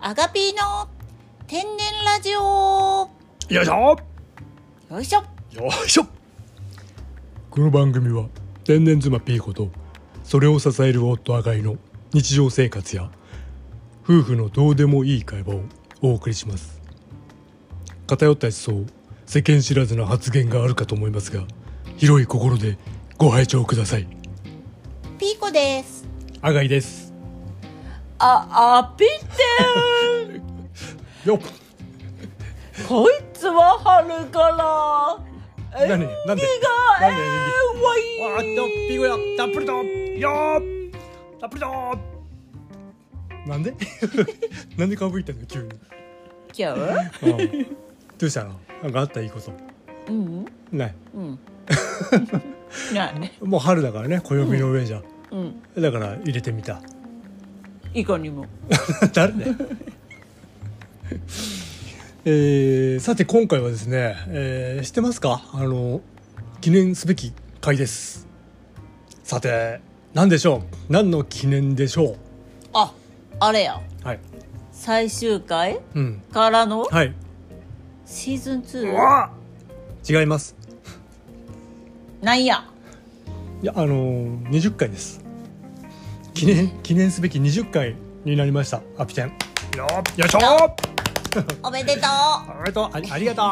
アガピーの天然ラジオよいしょよいしょよいしょこの番組は天然妻ピーコとそれを支える夫赤井の日常生活や夫婦のどうでもいい会話をお送りします偏った思想世間知らずな発言があるかと思いますが広い心でご拝聴くださいピーコです赤井ですあ、あぴってよっ んこいつは春から何なんでなんでわわーっとピーコやたっぷりとよーたっぷりとなんで なんでかぶいたの急に今日うんどうしたのなんかあったいいことうんないうん何もう春だからね暦の上じゃ、うんだから入れてみた いかにも誰だよえー、さて今回はですね、えー、知ってますかあの記念すべき回ですさて何でしょう何の記念でしょあ、あれやうはい最終回うんからのはいシーズンう2わ違いますなんやいやあのー、20回です記念記念すべき20回になりましたアピテンよっよいしょおめでとうありがとうありあり がと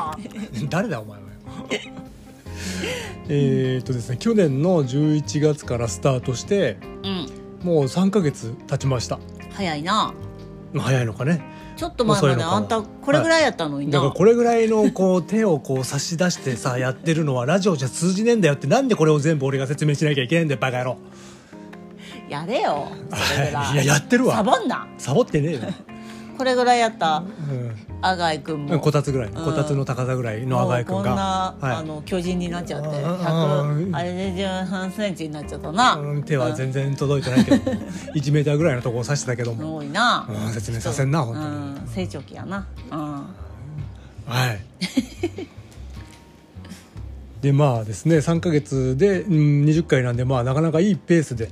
う誰だお前はえーっとですね去年の11月からスタートしてうんもう3ヶ月経ちました早いなまあ早いのかねちょっと前ま遅いでのかなあんたこれぐらいやったのにだな、からこれぐらいのこう 手をこう差し出してさやってるのはラジオじゃ通じねえんだよってなんでこれを全部俺が説明しなきゃいけないんだよバカ野郎やれよそれぐらいややってるわサボんなサボってねえよ、これぐらいやったうん阿賀井君うもんこたつぐらい、んこたつの高さぐらいのもう赤井君こんがな、あはの巨人になっちゃってあー100あー、あれで1 3センチになっちゃったないうん、手は全然届いてないけど1メータ ーぐらいのとこを指してたけどうんも、多いな、うん、説明させんな本当に、うん、成長期やな、うん、はいでまあですね3か月で、うん、20回なんでまあなかなかいいペースで、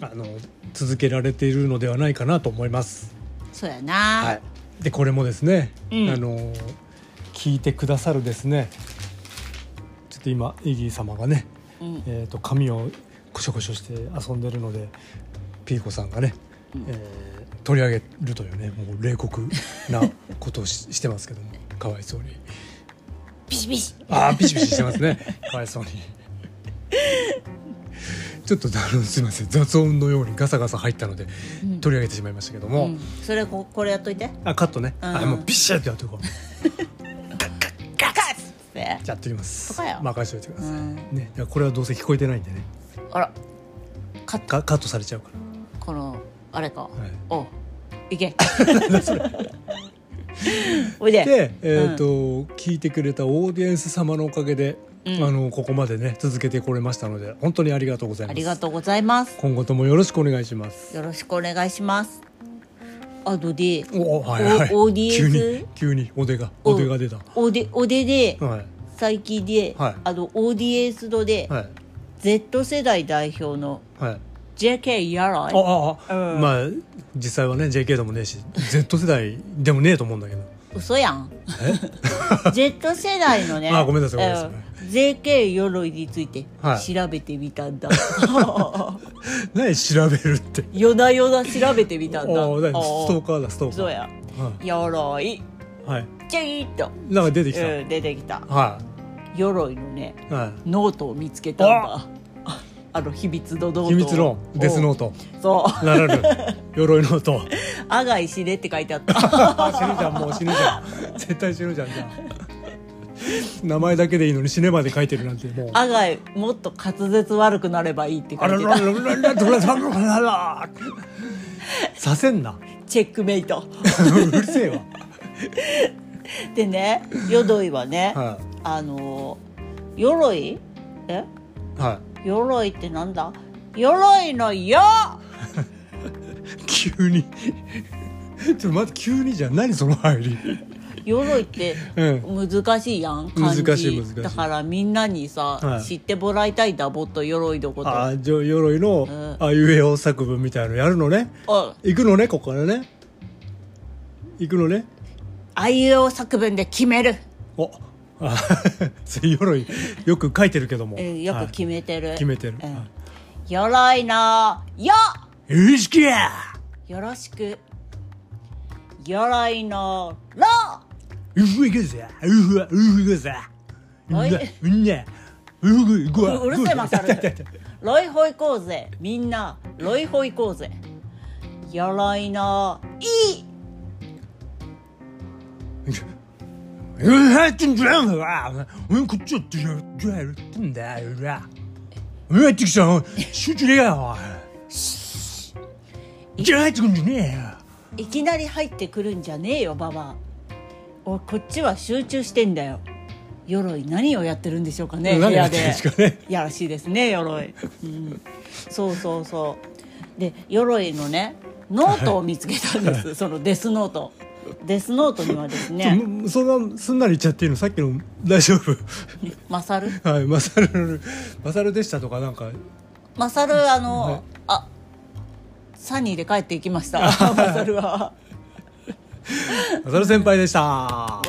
あの続けられているのではないかなと思いますそうやな、はい、でこれもですね、うんあの聞いてくださるですねちょっと今イギー様がね、うんえー、と髪をこしょこしょして遊んでるのでピーコさんがね、えー取り上げるというねもう冷酷なことをししてますけどもかわいそうにビシビシああピシピシしてますね かわいそうに。ちょっとあのすいません雑音のようにガサガサ入ったので、取り上げてしまいましたけども、うん、それここれやっといてあカットね、うあんもうビシャってやっておこうガカッつってやっておきますそこよ任せておいてくださうい、んねいやこれはどうせ聞こえてないんでねあらカッかカットされちゃうかこのあれか、いおういけ おいでらで、えーと聞いてくれたオーディエンス様のおかげで、うんあのここまでね続けてこれましたので本当にありがとうございあますりがとうございます今後ともよろしくお願いしますよろしくお願いしますあどでおはいはいオーディエンス急に急にお出がおお出が出たおでおでで、はい最近で、はいあのオーディエンスので、はい Z 世代代表のはい JK やらいあああ、うんまあ実際はね JK でもねえし Z 世代でもねえと思うんだけど嘘やん Z 世代のねあごめんなさいごめんなさいうん JK 鎧についてはい調べてみたんだ、 何調べるって夜な夜な調べてみたんだああ、だからストーーカーだ、ストーカそうー。やは鎧い。はい。ちょいっと、なんか出てきた。うん、出てきたは鎧のねい。はノートを見つけたんだあの秘密のノートをい。秘密のデスノート。うんそうならぬ。鎧ノート。 「阿賀死ね」って書いてあった あ死ぬじゃん、もう死ぬじゃん。絶対死ぬじゃん、じゃあ名前だけでいいのに死ねまで書いてるなんて、もう。阿賀もっと滑舌悪くなればいいって書あらいらてらたららららららさせんな。チェックメイトうるせえわ。でね鎧はね、はあの鎧えい。は鎧ってなんだ鎧のよい。急に。ちょっと待って、急にじゃん。何その入り。鎧ってう難しいやん漢字難しい難しいだからみんなにさ、はい知ってもらいたいダボっと鎧のことあああ、じょ鎧のん、あいうえお作文みたいなのやるのね。行くのねここからね行くのねあいうえお作文で決める、おあ 鎧よく書いてるけども、うん、よく決めてる、はい決めてる、うんは鎧の「よ」いよろしくやよろしく鎧の「ろうふいくぜうふわうふいくぜうんはいなうんなうふぐいく」わううるせえマサル痛い痛い痛いロイホ行こうぜみんなロイホ行こうぜ鎧の「い」うん入ってんじゃんうわうんこっちだってやじゃあやってんだようわうん入ってきた集中でよおいじゃあ入ってくんじゃねえよいきなり入ってくるんじゃねえよババアおこっちは集中してんだよ鎧何をやってるんでしょうかね部何や屋ってでるんですかねいやらしいですね鎧、うん、そうそうそうで鎧のねノートを見つけたんですそのデスノートデスノートにはですちょねむそんなすんなり言っちゃっていいのさっきの大丈夫マサルはいマサルマサルでしたとかなんかマサルあの、はいあサニーで帰っていきま したマサルはマサル先輩でしたうわ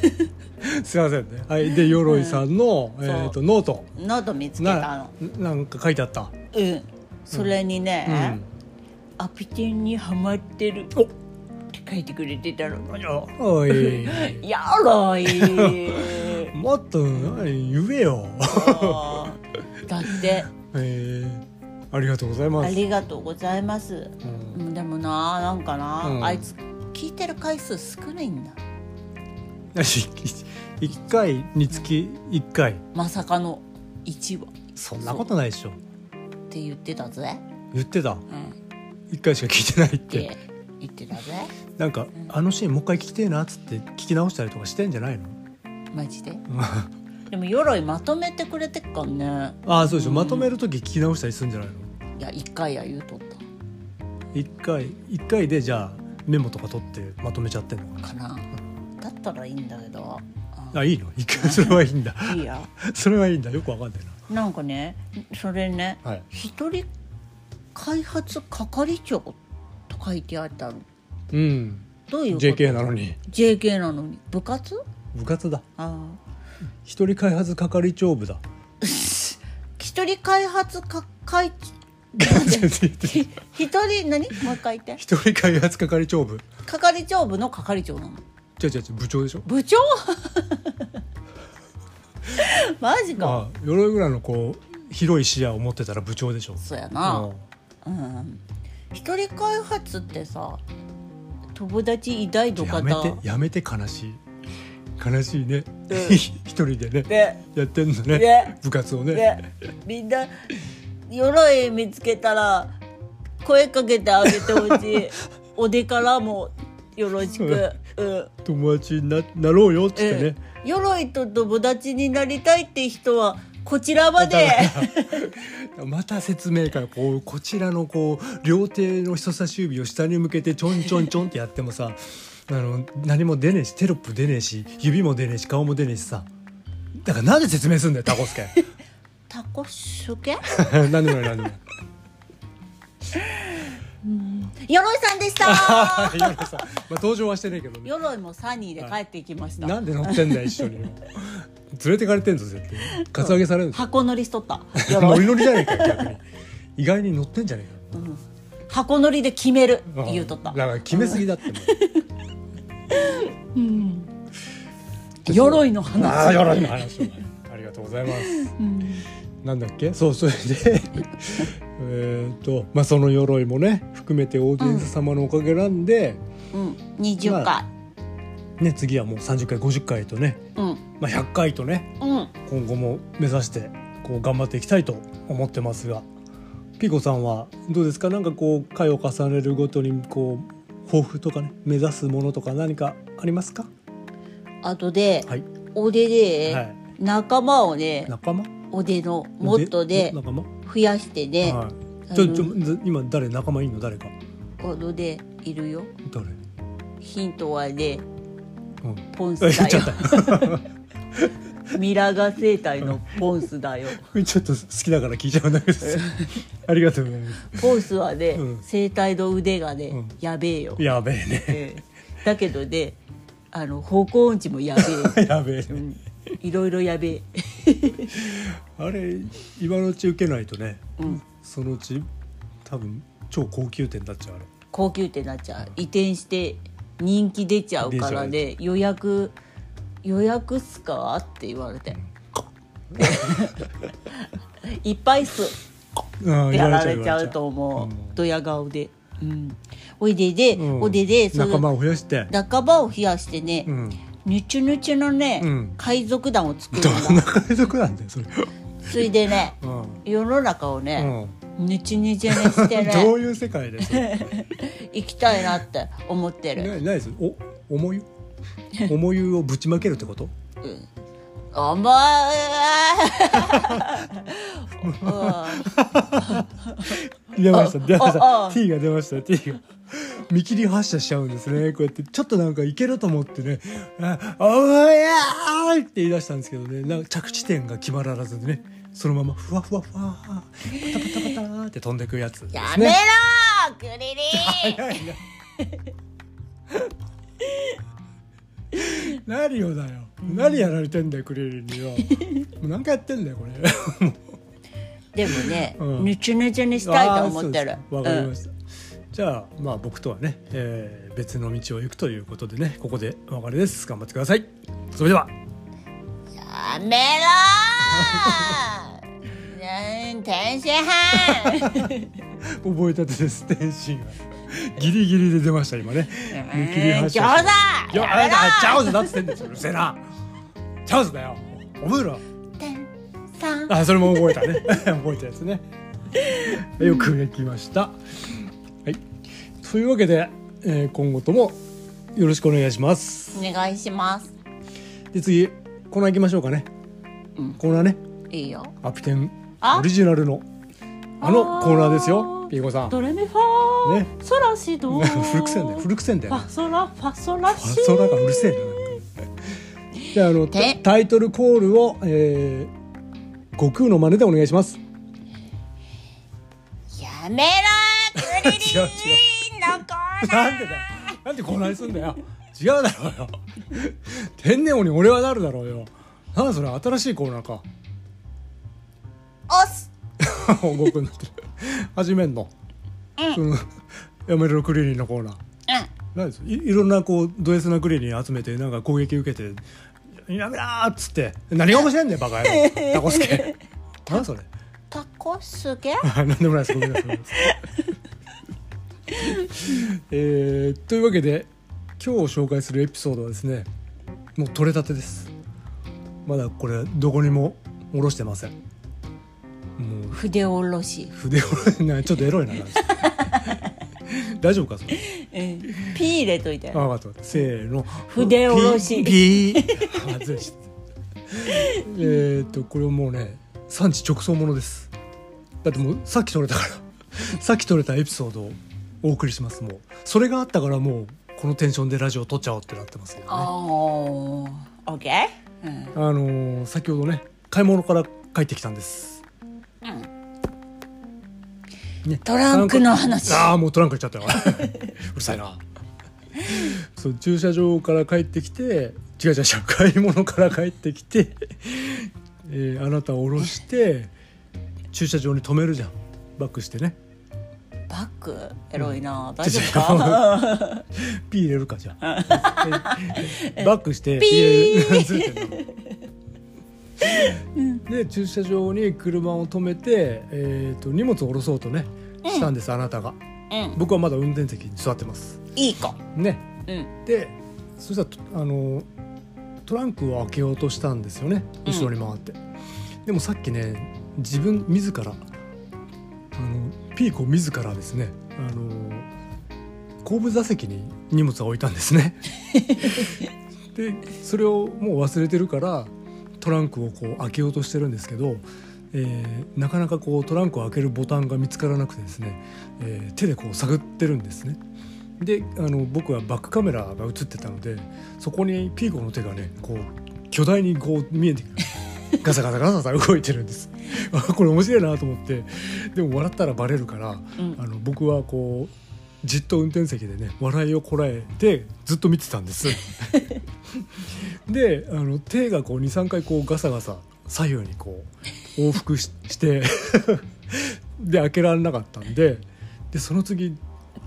ーいすいませんねはいで鎧さんの、えー、とノートノート見つけたなのなんか書いてあったうんそれにね、アピテンにハマってる」って書いてくれてたのおい」「やろ い!もっと何言えよあーだってえー、ありがとうございまあすりがとうございます、うんでもななんかな、うんあいつ聞いてる回数少ないんだ 一回につき一回まさかの1話っそんなことないでしょて言ってたぜ、言ってたうん、っ一回しか聞いてないってて言ってたぜなんかあのシーンもう一回聞きてえなっつって聞き直したりとかしてんじゃないの マジででも鎧まとめてくれてっかんねああそうでしょまとめる時聞き直したりするんじゃないのいや1回や言うとっ一回一回でじゃあメモとか取ってまとめちゃってんのたかかなだったらいいんだけどなあいいの一回それはいいんだ いいやそれはいいんだよくわかんないなんかねそれねなはい一人開発係長と書いてあったのうんどういうこと JK なのに JK なのに部活部活だあ一人開発係長 部だあ一人開発か会 ひ一人何もう一回言って一人開発係長部係長部の係長なの違う違う違う部長でしょ部長 マジかああ鎧ぐらいのこう広い視野を持ってたら部長でしょそうやうなんうん一人開発ってさ友達偉大のや方めてやめて悲しい悲しいね、うん 一人でねでやってんのねね部活をねでみんな鎧見つけたら声かけてあげてほし いおでからもよろしく、うん友達にななろうよっつってえね、え鎧と友達になりたいって人はこちらま でまた説明会こうこちらのこう両手の人差し指を下に向けてちょんちょんちょんってやってもさ あの何も出ねえしテロップ出ねえし指も出ねえし顔も出ねえしさだからなんで説明すんだよタコスケタコスケ 何でもない何でもない鎧さんでした いやさまあ、登場はしてねえけどね鎧もサニーで帰っていきました、なんで乗ってんだよ一 緒に連れてかれてんぞ絶対カツアゲされるんです箱乗りしとった ノ鎧、リノリじゃねえかよ逆に意外に乗ってんじゃねえうん箱乗りで決めるかって言うとったんだから決めすぎだっても鎧のう話ああよろいの話をありがとうございます、なんだっけそうそれで えっとまあその鎧もね含めてオーディエンス様のおかげなんで、うん20回、まね次はもう30回50回とね、うんまあ、100回とねうん今後も目指してこう頑張っていきたいと思ってますがピコさんはどうですかなんかこう回を重ねるごとにこう抱負とかね目指すものとか何かありますか後で、はい俺で、はい仲間をね仲間俺のモットでな仲間増やしてね、はいちょちょず今誰仲間いんの誰か俺でいるよ誰ヒントはねうんポンスあ言だっちゃよったミラガ生態のポンスだよ ちょっと好きだから聞いちゃうんだけどありがとうございますポンスはね、うん生態の腕がね、んやべえよ、やべえねええだけどねあの方向音痴もやべ やべえねえ、うん、いろいろやべえあれ今のうち受けないとね、そのうち多分超高級店になっちゃうあれ高級店になっちゃう移転して人気出ちゃうからで予約予約っすかって言われ ていっぱいっすあやられちゃうと言わ思れちうドヤ顔で、うん、おいでで、うんおでで仲間をを増やして仲間を冷やしてね、うんぬちゅぬちゅのね、うん海賊団を作るんどんだな海賊なんだよそれ、それでねうん世の中をうね、んぬちゅぬちゅにして どうねいう世界でそれ行きたいなって思ってる、なないですお思い思いをぶちまけるってことうん甘い、出ましたあ出ましあたあ T が出ました T が見切り発車しちゃうんですねこうやってちょっとなんかいけると思ってね「あおいやーい!」って言い出したんですけどねなんか着地点が決まらずにねそのままふわふわふわパタパタパターって飛んでくやつですね やめろークリリン早いな何をだよ何やられてんだよクリリンにはもう何回やってんだよこれ でもね、うんぬちゅぬちゅにしたいと思ってるあーそうですかわかりました、じゃあまあ僕とはね、えー別の道を行くということでねここでお別れです頑張ってくださいそれでうはん、やめろーうん天津 飯覚えたてです天心がギリギリで出ました今ね見切りうん発餃子車いやあやめなろたチャーオズだっつってんですようるせえなチャオズだよ覚えろ天さん あそれも覚えたね覚えたやつねよくできましたはいというわけで、えー今後ともよろしくお願いしますお願いしますで次コーナー行きましょうかね、うんコーナーねいいよアピテンあオリジナルのあのコーナーですよピーコさんドレミファー、ねソラシド 古くせえんだよ古くせえんだフよァソラファソラシそらがうるせえななんかじゃああのてタイトルコールを、えー、悟空の真似でお願いしますやめろークリリ違うンのコーナーなんでだよなんでこないすんだよ違うだろうよ天然王に俺はなるだろうよなんだそれ新しいコーナーか 押す動くになってる始めんの、そのやめろクリリンのコーナーうなんですいいろんなこうド S なクリリン集めてなんか攻撃受けて「やめろ!」っつって「何が面白いんだよバカ野郎タコスケ」なんそれんタコすげはい、なんでもないです。ごめんなさい。えーというわけで今日紹介するエピソードはですねもう取れたてですまだこれどこにも下ろしてませんもう筆下ろし、 筆をなちょっとエロいな大丈夫かそれうん、ピー入れといてあ分かった分かったせーの筆下ろしピーピー外れちゃった えーっとこれはもうね産地直送ものですだってもうさっき撮れたから さっき撮れたエピソードをお送りしますもうそれがあったからもうこのテンションでラジオ撮っちゃおうってなってますけどねあーオッケー、うん、あのー先ほどね買い物から帰ってきたんです、ねトランクの話ああもうトランク行っちゃったよ うるさいなそう駐車場から帰ってきて違う違う違う買い物から帰ってきて、えーあなたを降ろして駐車場に止めるじゃんバックしてねバッグエロいな、大ち丈ょちょ夫か ピー入れるかじゃあ バックしてピーピーずれてんので駐車場に車を止めて、えー、と荷物を下ろそうとねしたんです、あなたがうん僕はまだ運転席に座ってますいい子ねうんでそしたらとあのトランクを開けようとしたんですよねうん後ろに回って、でもさっきね自分自らあのピーコ自らですねあの後部座席に荷物を置いたんで すねでそれをもう忘れてるからトランクをこう開けようとしてるんですけど、えーなかなかこうトランクを開けるボタンが見つからなくてですね、えー手でこう探ってるんですねであの僕はバックカメラが映ってたのでそこにピーコの手がねこう巨大にこう見えてく るガサガサガサガサ動いてるんです あこれ面白いなと思ってでも笑ったらバレるから、うんあの僕はこうじっと運転席でね笑いをこらえてずっと見てたんです であの手がこう23回こうガサガサ左右にこう往復ししてで開けられなかったんででその次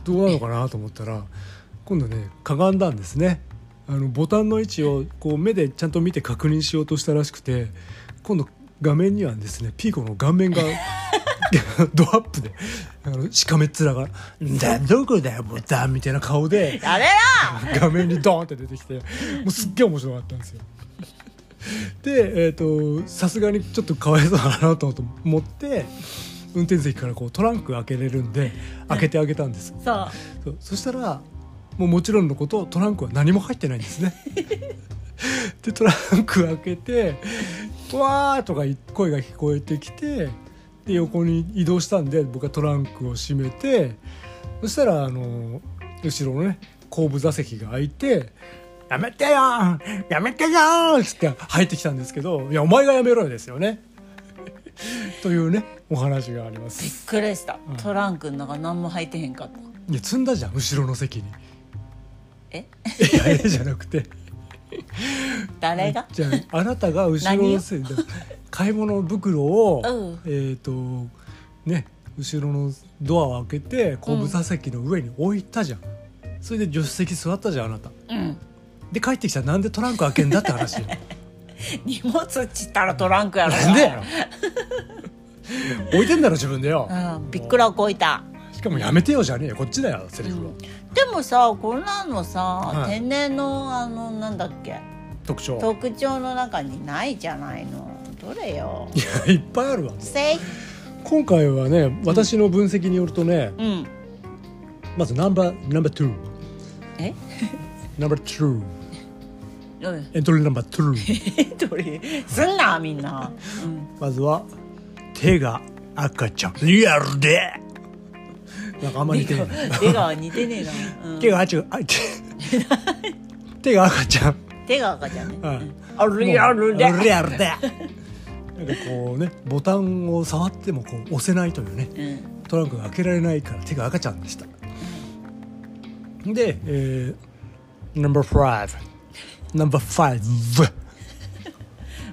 どうなのかなと思ったら今度ねかがんだんですねあのボタンの位置をこう目でちゃんと見て確認しようとしたらしくて今度画面にはですねピーコの顔面が ドアップであのしかめっ面が「なんだこれだよボタン」みたいな顔でやめろ画面にドーンって出てきてもうすっげえ面白かったんですよ。でえっとさすがにちょっとかわいそうだなと思って運転席からこうトランク開けれるんで開けてあげたんですそうそうそしたらもうもちろんのことトランクは何も入ってないんですねでトランク開けて「うわー」とかい声が聞こえてきてで横に移動したんで僕はトランクを閉めてそしたらあの後ろのね後部座席が開いて「やめてよーやめてよー」っつって入ってきたんですけど「いやお前がやめろよ」ですよね。というねお話がありまびっす。くりした、うんトランクの中何も入ってへんかったいや積んだじゃん後ろの席に。えいやいやじゃなくて。誰がじゃああなたが後ろのせいだ 買い物袋を、うんえっ、とね後ろのドアを開けて後部座席の上に置いたじゃん、それで助手席座ったじゃんあなたうんで帰ってきたらなんでトランク開けんだって 話よ荷物っちったらトランクやろなんでやろ 置いてんだろ自分でようん、びっくらこいたしかもやめてよじゃねえよこっちだよセリフは、でもさこんなのさ、い天然のあのなんだっけ特徴特徴の中にないじゃないのどれよいや いっぱいあるわせい今回はね私の分析によるとね、うんまずナンバーナンバー2えナンバー2うん エントリーナンバー2どれすんなみんな、うん、まずは手が赤ちゃんリアルでなんかあんまり似てない出川似てねえな、うん、手が赤ちゃ んあ手手が赤ちゃん、手が赤じゃんね、うんあリアルでもうリアルでなんかこうねボタンを触ってもこう押せないというねうんトランクが開けられないから手が赤ちゃんでしたで、えー、ナンバー5ナンバー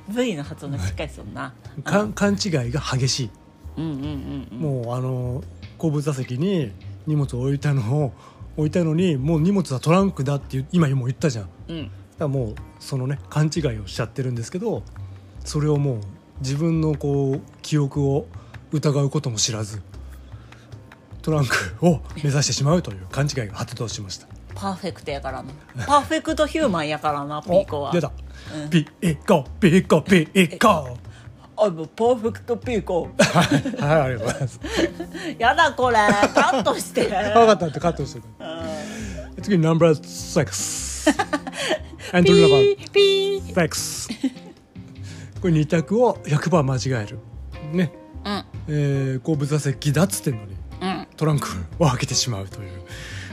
V の発音がしっかりするな5か勘違いが激しいうんうんうんもうあの後部座席に荷物を置いたのを置いたのにもう荷物はトランクだっていう今もう言ったじゃんだかうんうんらもうそのね勘違いをしちゃってるんですけどそれをもう自分のこう記憶を疑うことも知らずトランクを目指してしまうという勘違いが発動しましたパーフェクトやからなパーフェクトヒューマンやからなピーコはお出た、うんピーコピーコピーコあもうパーフェクトピーコはいありがとうございますやだこれカット して分かったってカットしてた次ナンバー6エンピトリーナンバーーピーフレックスこれ二択を100%間違えるねうんえー後部座席だっつってんのにうんトランクを開けてしまうという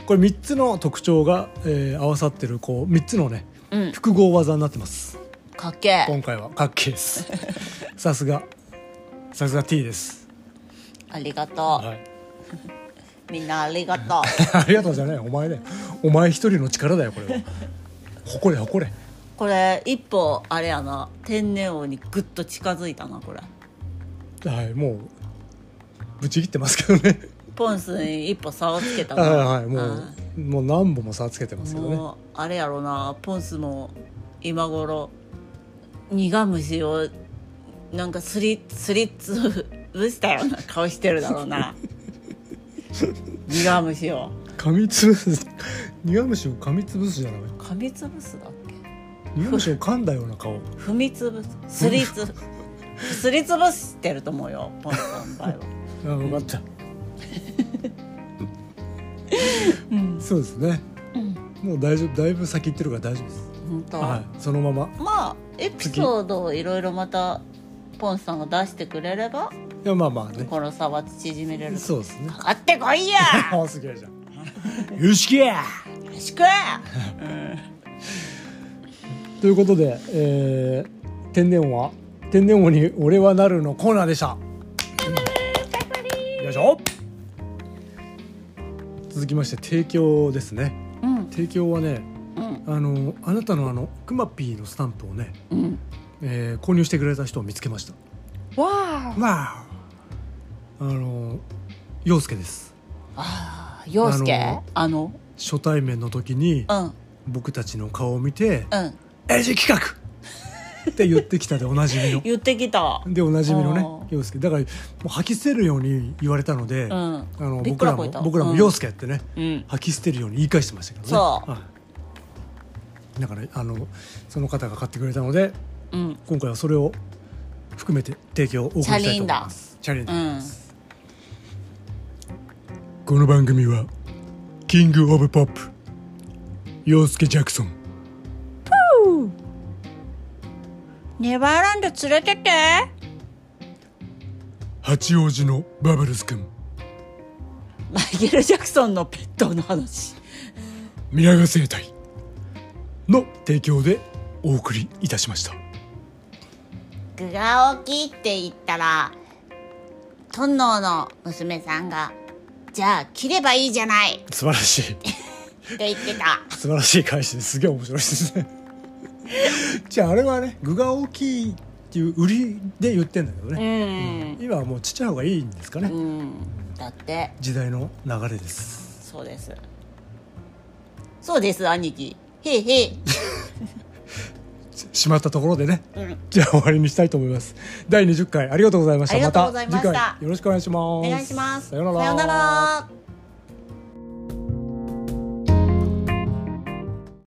これ3つの特徴が、えー合わさってるこう3つのね、うん複合技になってますかっけえ今回はかっけえですさすがさすが T です、ありがとはい、うみんなありがとう ありがとうじゃないお前だよお前一人の力だよこれは 誇れ誇れこれ一歩あれやな天然王にぐっと近づいたなこれはいもうぶち切ってますけどねポンスに一歩差をつけたなはいはい もあうもう何本も差つけてまーすけどねもうあれやろなポンスも今頃苦虫をなんかすりすりつぶしたような 顔してるだろうな苦虫を噛みつぶす苦虫を噛みつぶすじゃない噛みつぶすだっけ苦虫を噛んだような 顔踏みつぶすすりつすりつぶしてると思うよポンさんの場合はあ分かった、そうですね、もう大丈夫だいぶ先行ってるから大丈夫です、 本当、はいそのまままあエピソードをいろいろまたポンさんが出してくれればいやまあまあねこの差は縮めれるそうですねかかってこいやあすげえじゃんよしきやよろしくということで、えー天然は天然王に俺はなるのコーナーでした。よいしょ。続きまして提供ですね。うん提供はね、うんあのあなたのあのクマピーのスタンプをね、うんえー購入してくれた人を見つけました。わあわあ。あの陽介です。あー陽介ああのの初対面の時にうん僕たちの顔を見てうん「エイジ企画!」って言ってきたでおなじみの。言ってきたでおなじみのあねー陽介だからもう吐き捨てるように言われたので、んあのびっ僕くららこもいた僕らうもん陽介ってね、うん吐き捨てるように言い返してましたけどねそうはいだからあのその方が買ってくれたのでうん今回はそれを含めて提供をお送りしたいと思いますチャレンジうャーんこの番組はキングオブポップ陽介ジャクソンネバーランド連れてって八王子のバブルス君マイケル・ジャクソンのペットの話宮川生態の提供でお送りいたしましたグラオキって言ったらトンノーの娘さんが「じゃあ切ればいいじゃない!」っ素晴らしいて言ってた素晴らしい返しですげえ面白いですねじゃああれはね具が大きいっていう売りで言ってんだけどうね、ん、今はもうちっちゃい方がいいんですかね、うん、だって時代の流れですそうですそうです兄貴へいへいしまったところでね、んじゃあ終わりにしたいと思います第20回ありがとうございましたありがとうございましたた次回よろしくお願いしますお願いしますさようならさよなら